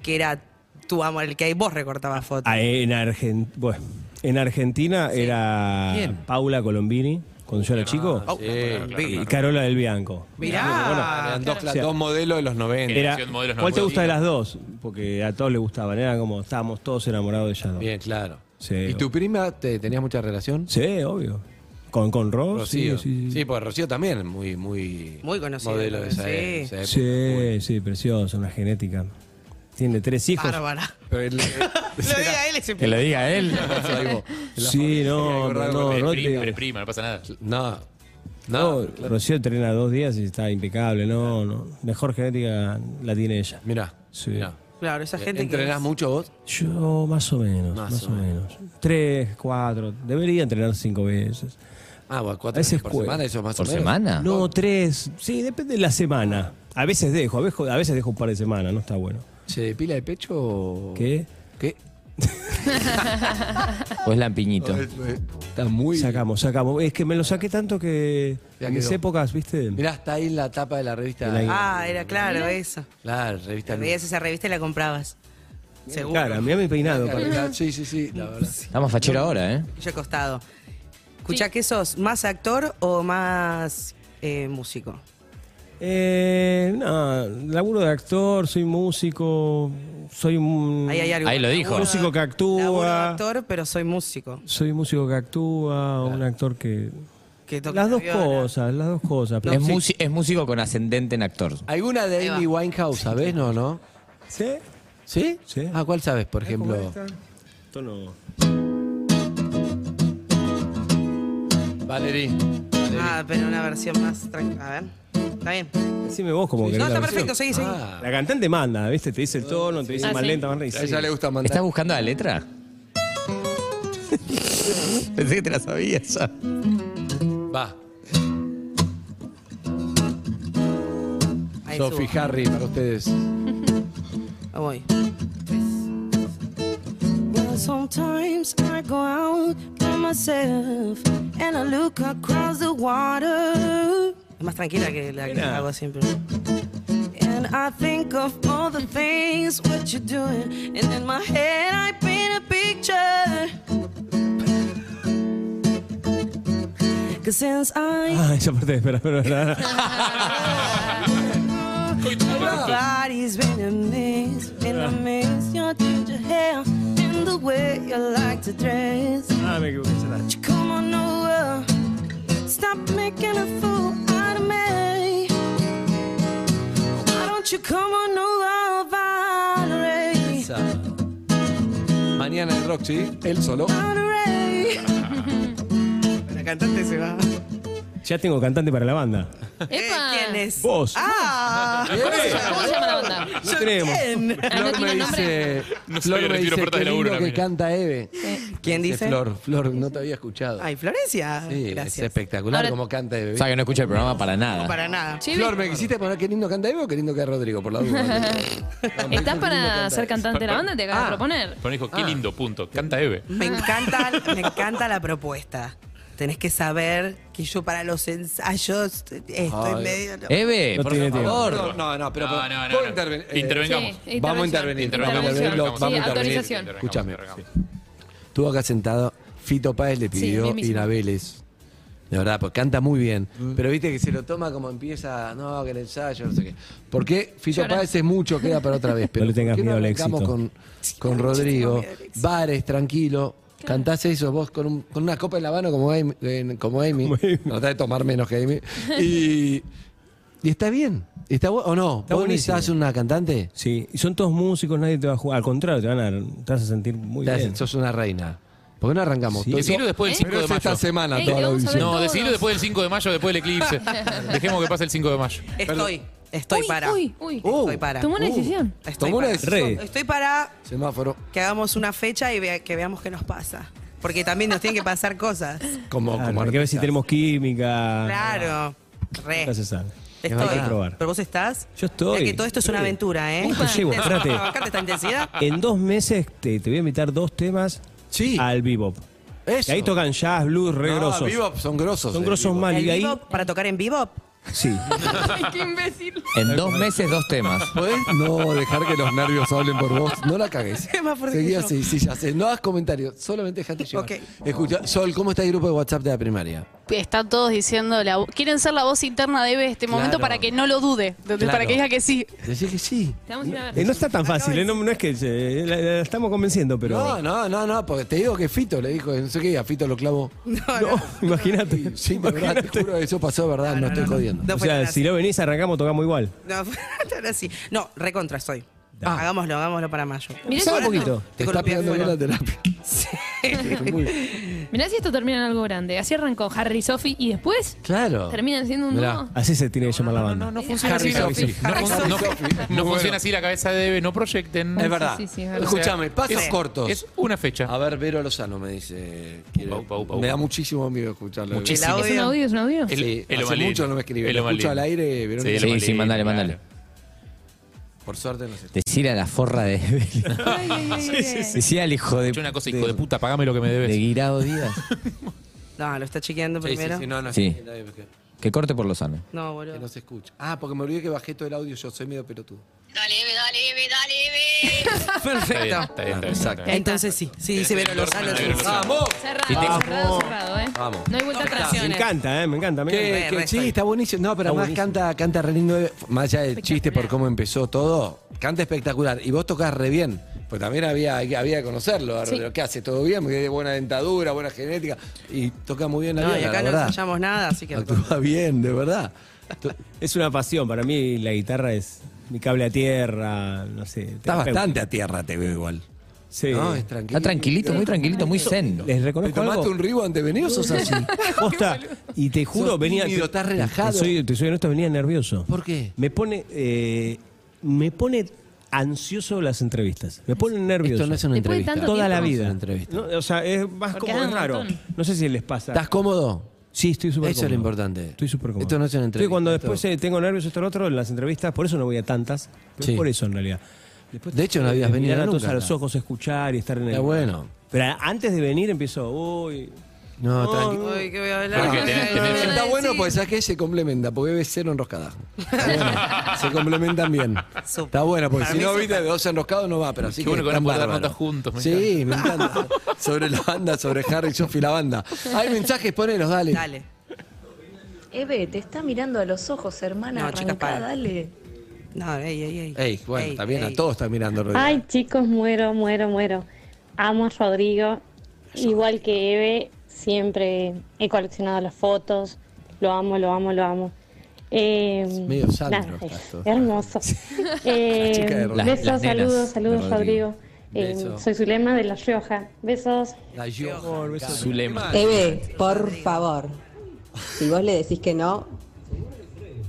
H: que era tu amor, el que vos recortabas fotos?
E: Ah, en, Argen- bueno, en Argentina era Paula Colombini, cuando yo era chico,
H: Oh,
C: Eh,
E: y Carola del Bianco.
H: Mirá.
C: Eran dos,
E: O sea,
C: dos modelos de los 90.
E: Era,
I: Generación modelos
E: ¿Cuál te
I: noventa.
E: gusta de las dos? Porque a todos les gustaban, eran como, estábamos todos enamorados de ellas dos.
C: Bien, claro.
E: Sí.
C: ¿Y tu prima te, tenías mucha relación?
E: Sí, obvio. Con, con Ross, sí,
C: Rocío.
E: sí, sí.
C: porque Rocío también es muy, muy,
H: Muy conocida,
C: modelo de esa,
H: sí.
C: esa época.
E: Sí, sí, preciosa, una genética. Tiene tres hijos.
H: Bárbara.
C: Pero el-
H: Lo vi a él ese
D: Que lo diga él.
E: Sí, no, no, no,
I: Pero
E: no,
I: es prima,
E: te-
I: pero es prima, no pasa nada.
C: no,
E: no,
C: no,
E: Rocío entrena dos días y está impecable, no, no. Mejor genética la tiene ella.
C: mirá,
E: Sí.
C: mirá.
H: Claro, esa gente que
C: ¿Entrenás
H: es-
C: mucho vos?
E: Yo más o menos, más, o menos. Tres, cuatro, debería entrenar cinco veces.
C: Ah, bueno,
E: A
C: cuatro
E: veces
C: veces por
E: juego.
C: semana, eso es más
D: ¿Por
C: o menos.
D: semana?
E: No, tres, sí, depende de la semana. A veces dejo, a veces, a veces dejo un par de semanas, no está bueno.
C: ¿Se depila el pecho o...?
E: ¿Qué?
C: ¿Qué?
D: O es lampiñito.
C: Está muy...
E: Sacamos, sacamos. Es que me lo saqué tanto que
C: Ya
E: en mis
C: quedó.
E: épocas, viste.
C: Mirá, está ahí en la tapa de la revista...
E: De la-
H: Ah, era claro, eso.
C: La revista...
H: Veías esa revista y la comprabas. Seguro.
E: Claro, mirá mi peinado.
C: La verdad, Sí, sí, sí, la verdad.
D: Está más fachero ahora, ¿eh?
H: Yo acostado. Escucha, ¿qué sos? ¿Más actor o más eh, músico?
E: Eh, no, laburo de actor, soy músico, soy un...
H: Ahí hay algo.
D: Ahí lo dijo.
H: Laburo-
E: Músico que actúa.
H: laburo de actor, pero soy músico.
E: Soy músico que actúa, un actor que...
H: Que toca
E: Las
H: la
E: dos
H: viola.
E: cosas, las dos cosas.
D: es, musi- es músico con ascendente en actor.
C: ¿Alguna de Amy Winehouse sabés, no, no?
E: ¿Sí?
C: ¿Sí?
E: Sí.
C: Ah, ¿cuál sabes, por ejemplo?
E: Tono.
C: Valerie.
H: Ah, pero una versión más tranquila. A ver. Está bien.
E: Decime vos como que
H: No,
E: la
H: está
E: versión.
H: perfecto, seguí, seguí.
C: Ah.
E: La cantante manda, ¿viste? Te dice el tono, te dice
F: Ah,
E: más
F: sí.
E: lenta, más lenta.
C: A ella le gusta mandar.
D: ¿Estás buscando la letra? Pensé que te la sabías ya.
C: Va.
H: Ahí
C: Sophie
H: subo.
C: Harry para ustedes.
H: Ah, voy. Well, sometimes I go out by myself and I look across the water. Es más tranquila que la que
E: Mira.
H: hago siempre. And I think of all the things what you're doing, and in my head I paint a picture. Cause since I
E: Ah, esa parte, espera, espera, espera.
H: Everybody's been a mess, been a mess. Your ginger hair and the way you like to dress.
E: Ah, me equivoqué. será.
H: Won't you come on over? Stop making a fool out of me. Why don't you come on over, Valerie?
C: Esa. Mañana en Rock, ¿sí? Él solo.
H: Valerie. La cantante se va.
E: Ya tengo cantante para la banda.
C: eh,
F: ¡Epa!
H: Eh, ¿Quién es?
E: Vos.
H: Ah,
F: ¿Cómo se llama la banda?
E: No tenemos.
H: ¿quién?
F: Ah, ¿No tiene nombre?
I: No
C: Flor
I: sabía,
C: me
I: retiro
C: dice qué
I: ofertas de laburo,
C: lindo
I: la
C: que
I: mina".
C: canta Eve.
H: ¿Quién dice?
C: Flor, Flor, no te había escuchado.
H: Ay, Florencia.
C: sí, es
H: Gracias.
C: espectacular
F: Ahora-
C: como canta Eve.
D: O sea, que no escucha el programa para nada.
H: Para nada.
F: Che,
C: Flor, ¿me quisiste poner qué lindo canta Eve o qué lindo que es Rodrigo? Por la duda.
F: ¿Estás para ser cantante de la banda? Te
C: Ah.
F: acabas de proponer. Ah.
I: Pero ah. dijo, qué lindo, punto. Canta Eve.
H: Me encanta, me encanta la propuesta. Tenés que saber que yo para los ensayos estoy medio.
E: Eh,
D: Eve,
E: No
D: por
E: tiene tiempo.
D: favor.
C: No, no, no, pero.
I: No, no, no,
C: ¿puedo eh,
I: no.
C: intervenir?
I: Intervengamos.
F: Sí,
C: Vamos a intervenir.
I: Intervengamos.
C: Vamos a intervenir.
I: Intervengamos.
C: Vamos a
F: Sí,
C: intervenir.
F: autorización.
C: Escúchame.
I: Intervengamos.
C: Estuvo acá sentado. Fito Páez le pidió
F: bien mismo.
C: ir a Vélez. De verdad, pues canta muy bien.
E: Mm.
C: Pero viste que se lo toma como empieza, no, que el ensayo, no sé qué. ¿Por qué? Fito Páez es mucho, queda para otra vez. Pero
E: No le tengas
C: ¿por qué
E: miedo al
C: arrancamos
E: éxito.
C: con, con Rodrigo, bares, tranquilo. Cantás eso vos con, un- con una eh, copa en la mano como Amy. en- como Amy. Tratá de tomar menos que Amy. Y Y está bien. ¿Está bu- ¿O no?
E: Está
C: ¿Vos
E: buenísimo.
C: necesitas una cantante?
E: Sí, y son todos músicos, nadie te va a jugar. Al contrario, te van a, te vas a sentir muy
C: Te
E: bien.
C: hacen, Sos una reina. ¿Por qué no arrancamos?
E: Sí.
C: Todo-
I: Decidilo después del
C: ¿eh?
I: 5
C: Pero
I: de
C: es
I: mayo.
C: esta semana
F: Ey,
C: toda
F: que
C: la
F: vamos a ver
C: audición.
I: No,
F: todos.
I: decidirlo después del 5 de mayo, después del eclipse. Dejemos que pase el 5 de mayo.
H: Estoy, estoy
F: Uy,
H: para.
F: uy, uy.
H: Estoy para.
F: Tomó una
C: Uh.
F: decisión.
H: Estoy
C: Tomó una
H: para.
E: decisión. Re.
H: Estoy para
C: Semáforo.
H: que hagamos una fecha y vea- que veamos qué nos pasa. Porque también nos tienen que pasar cosas.
C: Como,
E: Claro,
C: como
E: hay Ah, que ver si
C: artistas.
E: tenemos química.
H: Claro. Re.
E: Nunca se sabe.
H: Estoy.
E: Hay que probar.
H: Pero vos estás.
E: Yo estoy.
H: Es que todo esto es una
E: Sí.
H: aventura, ¿eh?
E: Uy, te llevo,
H: Intenso.
E: espérate.
H: Vamos a bancarte esta intensidad.
E: En dos meses te, te voy a invitar dos temas
C: Sí.
E: al bebop.
C: Eso.
E: Que ahí tocan jazz, blues, re
C: No,
E: grosos.
C: bebop son grosos.
E: Son
C: eh,
E: grosos
C: bebop.
E: mal.
H: El
E: Y ahí,
H: bebop, para tocar en vivo.
E: sí.
F: Qué imbécil.
D: En dos meses, dos temas.
C: ¿Podés no dejar que los nervios hablen por vos? No la cagues.
H: Es más fuerte
C: Seguí
H: que yo.
C: así, sí, ya sé. No hagas comentarios, solamente dejate llevar.
H: Ok.
C: Escucha, Sol, ¿cómo está el grupo de WhatsApp de la primaria?
K: Están todos diciendo, la, vo- quieren ser la voz interna de Eve este momento
C: Claro.
K: para que no lo dude, ¿entendés?
C: Claro.
K: para que diga que sí.
C: Decís que sí.
F: Te vamos a ir a
E: Eh,
F: ver.
E: no está tan fácil, eh, no, no es que se- la, la estamos convenciendo, pero.
C: No, no, no, no, porque te digo que Fito le dijo, no sé qué, a Fito lo clavo.
E: No, imagínate.
C: Sí, de verdad, te juro que eso pasó, de verdad, no, estoy jodiendo.
H: No
E: o
H: fue tan
E: sea,
H: así.
E: si no venís, arrancamos, tocamos igual.
H: No, fue tan así. No, recontra estoy.
C: Ah.
H: Hagámoslo, hagámoslo para mayo.
F: Mirá,
E: Pensaba
F: si-
E: un poquito.
C: Te
H: Te
C: está
H: golpeé
C: pegando bien
H: fuera.
C: la terapia. Muy-
F: Mirá si esto termina en algo grande. Así arrancó Harry y Sophie y después
C: Claro.
F: terminan siendo un
C: Mirá.
F: dúo.
E: Así se tiene que llamar la banda.
I: No funciona
C: Harry
I: así. la-
C: Sophie.
I: No,
C: Harry
I: fun- no-
C: Sophie.
I: no
C: Muy bueno.
I: funciona así la cabeza de Eve, no proyecten.
C: Es verdad.
F: sí, sí, es verdad.
C: Escúchame, pasos
I: Es-
C: cortos.
I: Es una fecha.
C: A ver, Vero Lozano me dice. quiere-
I: Upa, upa, upa,
C: Me da
I: upa.
C: muchísimo miedo escucharlo.
H: El
F: ¿Es un audio? ¿Es un audio?
I: El-
C: Sí,
I: el
C: hace
I: Ovalín.
C: mucho no me escribe.
I: El
C: Lo escucho
I: Ovalín.
C: al aire, Verónica.
I: el
D: Sí, sí,
I: Ovalín,
D: mandale,
I: claro.
D: mandale.
C: Por suerte no sé.
D: Decir a la forra de
F: Ay, ay, ay, ay, ay.
D: Decir al hijo de,
I: Escuché una cosa, hijo de puta, pagame lo que me
D: de
I: debes.
D: Guirao Díaz.
H: No, lo está chequeando
C: Sí, sí,
H: primero.
C: sí, no, no,
D: Sí.
C: sí, nadie- que-
D: Que corte por lo sano.
H: No,
C: que
H: boludo.
C: no se escucha. Ah, porque me olvidé que bajé todo el audio, yo soy medio pelotudo.
I: Está bien,
H: Perfecto.
I: está bien, está bien, está bien.
H: Entonces sí, sí, dice Vero Lozano.
I: Vero Lozano.
C: ¡Vamos!
F: Cerrado,
C: Vamos.
F: cerrado, cerrado, eh.
C: Vamos.
F: No hay vuelta atrás.
E: Me encanta, eh, me encanta. me
C: Que,
E: encanta.
H: Re,
C: que
H: re,
C: sí,
H: soy.
C: está buenísimo. No, pero además canta, canta re lindo. eh, Más allá del chiste por cómo empezó todo, canta espectacular. Y vos tocás re bien. Pues también había, había que conocerlo. a ver,
F: Sí.
C: ¿Qué hace? ¿Todo bien? Porque Buena dentadura, buena genética. Y toca muy bien la
H: No, y
C: viola,
H: acá
C: la
H: no
C: verdad.
H: ensayamos nada, así que.
C: Actúa bien, de verdad. To-
E: Es una pasión. Para mí, la guitarra es mi cable a tierra. No sé.
C: Está bastante a tierra, te veo igual.
E: Sí.
C: No, es tranquilo.
D: Está tranquilito, muy tranquilito, muy zen.
E: Les
C: ¿Te
E: reconozco
C: tomaste
E: algo.
C: un ribo antes de venir o sos así?
E: Posta, y te juro,
C: Sos
E: venía.
C: tímido, estás relajado.
E: Te soy, te soy honesto, venía nervioso.
C: ¿Por qué?
E: Me pone. eh, me pone ansioso las entrevistas. Me pone nervioso.
C: Esto no es una
F: Después de
C: entrevista.
F: tanto
E: Toda la
F: tiempo.
E: vida.
C: una entrevista.
E: No, o sea, es más
F: Porque
E: como
F: da
E: es
F: un
E: raro.
F: montón.
E: No sé si les pasa.
C: ¿Estás cómodo?
E: Sí, estoy súper
C: Eso es lo
E: cómodo.
C: importante.
E: Estoy súper cómodo.
C: Esto no es una entrevista,
E: Estoy cuando
C: esto-
E: después eh, tengo nervios, esto lo otro, en las entrevistas, por eso no voy a tantas. Pero
C: Sí.
E: es por eso, en realidad. Después
C: De hecho, no
E: eh,
C: habías venido
E: mirar a todos
C: nunca
E: a los
C: acá.
E: ojos, escuchar y estar en el.
C: Está bueno.
E: Pero a- antes de venir empiezo, uy.
C: No,
E: No,
C: tranquilo.
H: Uy, ¿qué voy a hablar?
I: Porque tenés-
H: Ay,
I: tenés-
H: ay,
C: Está
H: ay.
C: bueno porque sabes que se complementa, porque ves cero enroscada. Está bueno, se complementan bien.
H: Súper.
C: Está bueno, porque
H: Para
C: si
H: mí
C: no
H: súper.
C: viste dos enroscados no va, pero así
I: Qué bueno que van a
C: están
I: poder dar
C: bárbaros.
I: notas juntos, me
C: sí, me encanta. Sobre la banda, sobre Harry y Sophie la banda. Hay mensajes, ponelos, dale.
H: Dale.
L: Eve, te está mirando a los ojos, hermana.
H: No, chicas,
L: Arrancá,
H: para.
L: dale.
H: No, ey, ey, ey.
C: Ey, bueno,
H: Ey,
C: también
H: ey.
C: a todos están mirando. Rodrigo.
L: chicos, muero, muero, muero. Amo a Rodrigo. Igual que Eve, siempre he coleccionado las fotos. Lo amo, lo amo, lo amo. Eh,
C: Es medio Sandro.
L: nada,
C: estás todo.
L: hermoso. Eh,
C: La chica de Rodrigo.
L: besos,
D: Las- las nenas
L: saludos,
D: de
L: saludos,
D: Rodrigo.
L: Rodrigo. Eh,
C: Beso.
L: soy Zulema de La Rioja. Besos.
C: La Gioja, cara.
D: Zulema.
L: Eve, por favor. Si vos le decís que no,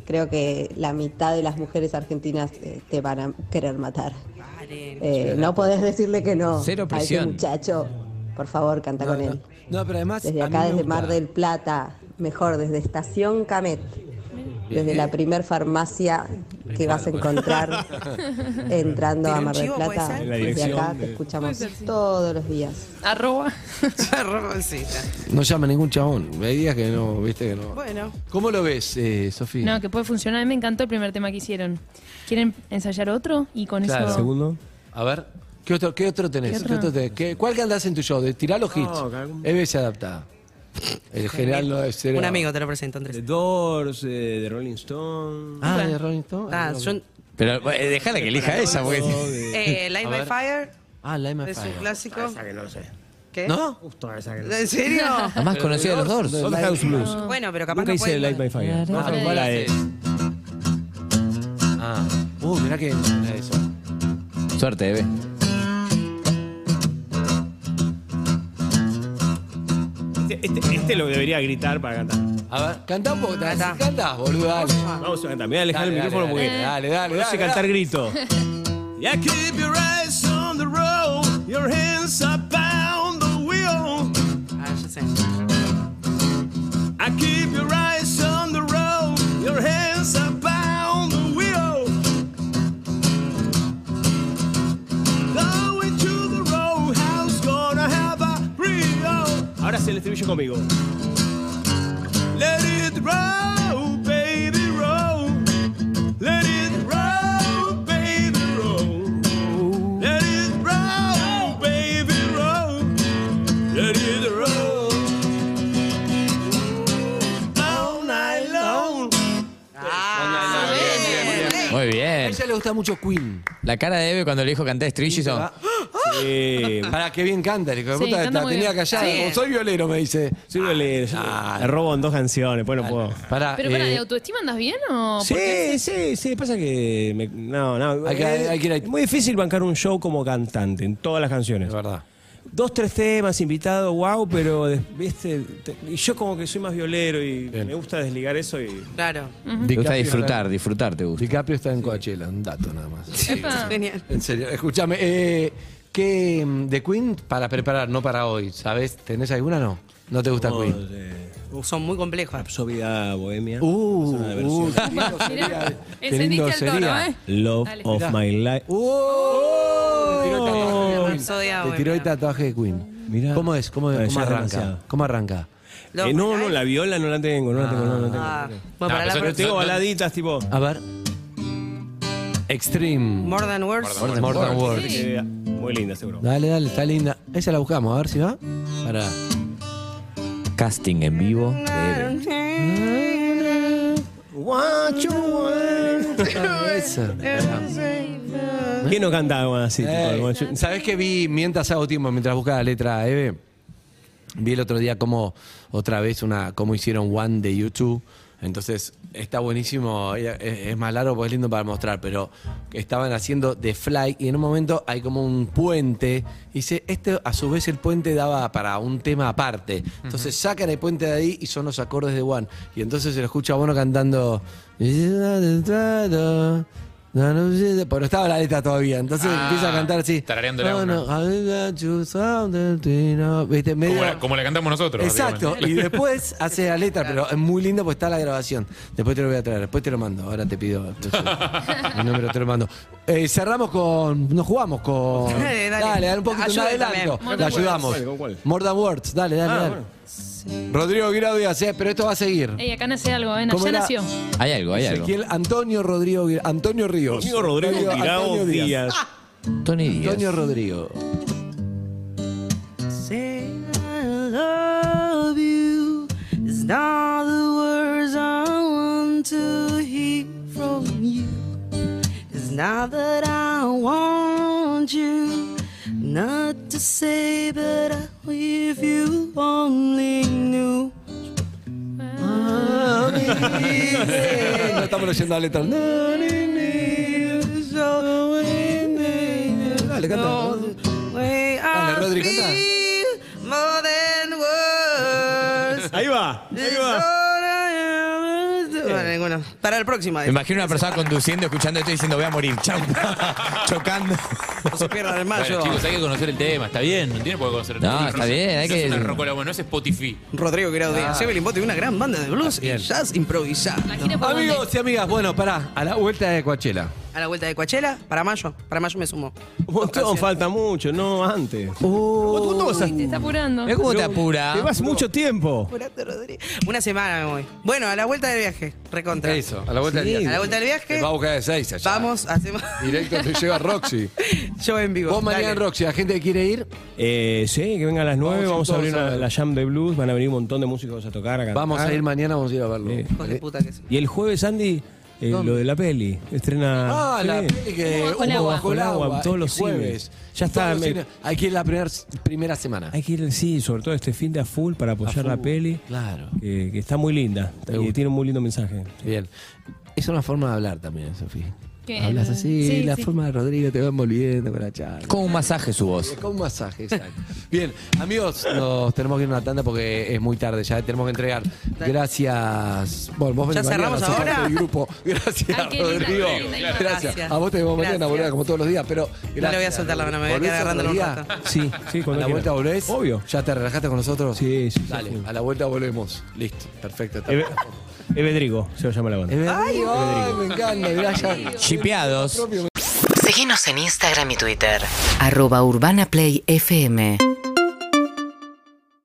L: creo que la mitad de las mujeres argentinas eh, te van a querer matar.
H: Vale.
L: Eh, no podés decirle que no
D: Cero
L: a ese
D: presión.
L: muchacho. Por favor, canta
C: No,
L: con
C: no.
L: él.
C: No, pero además.
L: Desde
C: a mí
L: acá,
C: me
L: desde
C: gusta.
L: Mar del Plata, mejor, desde Estación Camet, desde la primer farmacia que vas a encontrar entrando a
H: ¿Tiene un
L: Mar del
H: chivo, puede
L: Plata.
H: ser?
E: En la
L: Desde
E: dirección
L: acá
E: de-
L: te escuchamos todos los días.
F: Arroba.
H: Roncita.
C: No llama ningún chabón. Hay días que no, viste que no.
H: Bueno.
C: ¿Cómo lo ves, eh, Sofía?
F: No, que puede funcionar. A mí me encantó el primer tema que hicieron. ¿Quieren ensayar otro? Y con
C: Claro.
F: eso.
E: Segundo.
C: A ver. ¿Qué otro, qué otro tenés?
F: ¿Qué otro?
C: ¿Qué otro tenés? ¿Qué- ¿Cuál cantás en tu show? De tirar los hits.
E: que algún-
C: Eve se adapta. El general no es cero.
H: Un amigo te lo presento,
E: The
H: Andrés.
E: Doors, eh, de Rolling Stone.
C: Ah, de Rolling Stone. Ah,
H: Ah,
C: no.
H: yo.
D: Pero eh, dejala que elija esa,
E: Oh,
D: porque.
H: Eh, Light by Fire
C: Ah, la Emma
H: es un
C: Fire.
H: clásico. ¿Qué?
C: ¿No?
H: ¿En serio?
D: Además conocida de los dos.
H: Ah.
E: Old House Blues.
H: Bueno, pero capaz
E: Nunca
H: no
E: hice
H: pueden-
E: Light by Fire.
F: Ah,
E: No,
F: no,
E: la
F: no.
E: de-
C: E. Ah. Uh, mirá que. mirá eso.
D: Suerte, bebé.
M: Este, este- este lo debería gritar para cantar.
C: A ver, cantá un poco. Cantás, boludo, dale.
M: Vamos a cantar. Me voy a alejar el
C: Dale,
M: micrófono
C: dale,
M: porque.
C: dale, dale,
M: No sé
C: dale,
M: cantar
C: dale.
M: grito.
N: Yeah, keep your eyes on the road, your hands up on the wheel. Ah, I keep your eyes on the road, your hands up on the wheel. Going to the roadhouse, gonna have a real.
M: Ahora es el estribillo conmigo.
N: Let it roll, baby, roll. Let it roll, baby, roll. Let it roll, baby, roll. Let it roll. All night long. Eh,
D: Muy
C: A
D: bien.
C: ella le gusta mucho Queen.
D: La cara de Eve cuando le dijo cantar Estribillo hizo.
C: Sí. Para que bien canta, el hijo de
D: Sí,
C: puta,
D: canta
C: la
D: muy
C: tenía
D: bien.
C: callada.
D: Sí.
C: Como, Soy violero, me dice.
E: Soy
N: Ah,
E: violero. yo le robo en dos canciones, pues no puedo.
C: Pará, eh,
F: Pero para, ¿de autoestima andas bien o.? por qué?
E: Sí, sí, sí. Pasa que. me- no, no.
C: Hay que-
E: eh,
C: hay que ir a-
E: es muy difícil bancar un show como cantante en todas las canciones. Es
C: verdad.
E: Dos, tres temas, invitado, wow, pero. de- ¿Viste? te- y yo como que soy más violero y me gusta desligar eso y.
H: Claro.
D: Te gusta disfrutar, disfrutar te gusta.
C: DiCaprio está en Coachella, un dato nada más.
H: Epa. Genial.
C: En serio, escúchame. Eh, ¿Qué mm, de Queen para preparar, no para hoy? ¿Sabes? ¿Tenés alguna o no? ¿No te gusta Queen?
H: Son muy complejos.
E: Absobida bohemia.
C: Uh,
E: Es una
C: uh,
E: versión.
C: qué lindo sería,
H: Mirá,
C: qué
H: encendiste
C: lindo
H: al toro,
C: sería.
H: ¿eh?
E: Love
H: Dale.
E: of
H: Mirá.
E: my life.
C: Uh, Te tiró el tatuaje de Queen.
H: Rapsodia,
C: uh, Te tiró el tatuaje de Queen. ¿Cómo es? ¿Cómo,
E: Ah, ya
C: cómo
E: es
C: arranca?
E: demasiado.
C: ¿Cómo arranca?
E: Eh, no, no, la viola no la tengo, no la tengo, no, no la tengo.
H: Ah,
E: No,
H: bueno, para la
E: pero
H: próxima.
E: tengo baladitas tipo.
C: A ver. Extreme.
H: More than words.
C: More than More than words. words. Sí.
E: eh, Muy linda, seguro.
C: Dale, dale, está linda. Esa la buscamos, a ver si va. Para.
D: Casting en vivo de Eve.
E: What you
C: Esa.
E: ¿Quién no cantaba así? tipo,
C: Eh,
E: como yo-
C: ¿Sabés que vi mientras hago tiempo, mientras buscaba la letra Eve? Vi el otro día como otra vez una cómo hicieron One de YouTube. Entonces está buenísimo, eh, es, es más largo porque es lindo para mostrar, pero estaban haciendo The Fly y en un momento hay como un puente. Y dice, este a su vez el puente daba para un tema aparte. Entonces sacan el puente de ahí y son los acordes de One. Y entonces se lo escucha a Bono cantando... Pero estaba la letra todavía, entonces
I: Ah,
C: empieza a cantar así.
I: tarareándola
C: No,
I: una.
C: no, I got you something, no. ¿Viste? Medio-
I: Como la, como la cantamos nosotros.
C: Exacto, y
I: básicamente.
C: después hace la letra, pero es muy lindo porque está la grabación. Después te lo voy a traer, después te lo mando. Ahora te pido no sé, el número, te lo mando. Eh, cerramos con. Nos jugamos con. Dale,
H: Dale, dale.
C: dale, un poquito un
H: Ayuda
C: adelanto.
H: también.
C: La
H: More than
C: ayudamos.
H: words. ¿Con cuál?
C: More than words, dale, dale,
H: Ah,
C: dale. Rodrigo Guirao Díaz, eh, pero esto va a seguir.
F: Ey, acá nace algo, ¿eh?
C: ¿Cómo
F: Ya
C: era?
F: nació.
D: Hay algo, hay algo.
C: Ezequiel Antonio Rodrigo Guir- Antonio Ríos.
E: Amigo Rodrigo
C: Antonio-
E: Guirao
C: Antonio
E: Díaz.
D: Tony Díaz.
C: Antonio Rodrigo.
N: Say I love you is not the words I want to hear from you. It's not that I want you not to say, but I, if you only knew.
C: No estamos leyendo la letra. Dale, canta.
N: Dale,
C: Rodri, canta.
N: More than words.
E: Ahí va, ahí va.
H: Bueno, ninguno. Para el próximo.
D: Me imagino una persona conduciendo, escuchando esto y diciendo voy a morir. Chau. Chocando.
H: No se pierdan el mayo.
I: Bueno, chicos, hay que conocer el tema, está bien, no tiene por qué conocer el
D: No,
I: tema.
D: está bien, hay
I: Sos
D: que-
I: una rocola, bueno, no es Spotify.
C: eh.
H: Rodrigo Grau
C: Ah.
H: Díaz. Evelyn Bote, una gran banda de blues y jazz improvisado.
C: Amigos y amigas, bueno, pará, a la vuelta de Coachella.
H: A la vuelta de Coachella, para mayo. Para mayo me sumo.
E: Un montón, falta mucho, no antes. ¿Cuánto- cuánto vas a-
F: Te está apurando.
E: Mirá cómo te apura.
H: apura.
E: Te vas mucho tiempo.
H: Una semana me voy. Bueno, a la vuelta del viaje. Recontra.
C: Eso, a la vuelta
H: Sí.
C: del viaje.
H: A la vuelta del viaje.
C: Te va a buscar de seis allá.
H: Vamos, hacemos.
C: Directo te lleva Roxy.
H: Yo en vivo.
C: Vos mañana
H: Dale.
C: en Roxy, la gente que quiere ir,
E: Eh, sí, que venga a las 9, vamos,
C: Vamos a ir
E: a abrir
C: todos a
E: una-
C: ver.
E: la jam de blues, van a venir un montón de músicos a tocar. A cantar.
C: vamos a ir mañana, vamos a ir a verlo.
E: Eh,
H: Hijos de puta que sí.
E: Y el jueves, Andy, eh, lo de la peli. Estrena.
C: Ah, la
E: Sí.
C: peli que
F: Bajo el
C: hubo
F: agua.
C: bajo el agua.
E: todos los
C: este jueves.
E: cines. Ya está,
C: Todos los
E: me-
C: cines. Hay que ir la primer- primera semana.
E: Hay que ir, sí, sobre todo este fin de a full para apoyar
C: full,
E: la peli.
C: Claro.
E: Que, que está muy linda.
C: Me
E: Y
C: gusta.
E: tiene un muy lindo mensaje.
C: Bien. Es una forma de hablar también, Sofía.
F: Que
C: Hablas
F: el-
C: así,
F: sí,
C: la
F: sí.
C: forma de Rodrigo te va envolviendo con la charla.
D: Como un masaje su voz.
C: Como un masaje, exacto. Bien, amigos, nos tenemos que ir a una tanda porque es muy tarde, ya tenemos que entregar. Gracias. Bueno, vos
H: ¿Ya
C: venís mañana,
H: cerramos
C: sos parte
H: ahora?
C: del grupo. Gracias,
H: Ay, qué linda,
C: Rodrigo.
H: qué linda
C: gracias.
H: Gracias.
C: A vos te vemos mañana,
H: Gracias.
C: boludo, como todos los días, pero.
H: le voy a soltar la mano, me voy a quedar agarrándolo un rato.
E: Sí, sí,
C: A
E: cuando
C: la
E: quiera.
C: vuelta volvés.
E: Obvio.
C: ¿Ya te relajaste con nosotros?
E: Sí, sí.
C: Dale, a la vuelta volvemos. Listo, perfecto. está
E: Eve-
C: bien.
E: Evedrigo, se lo llama la banda.
C: Ay, ay, me encanta, gracias.
D: Chipeados.
B: Síguenos en Instagram y Twitter. Arroba Urbana Play FM.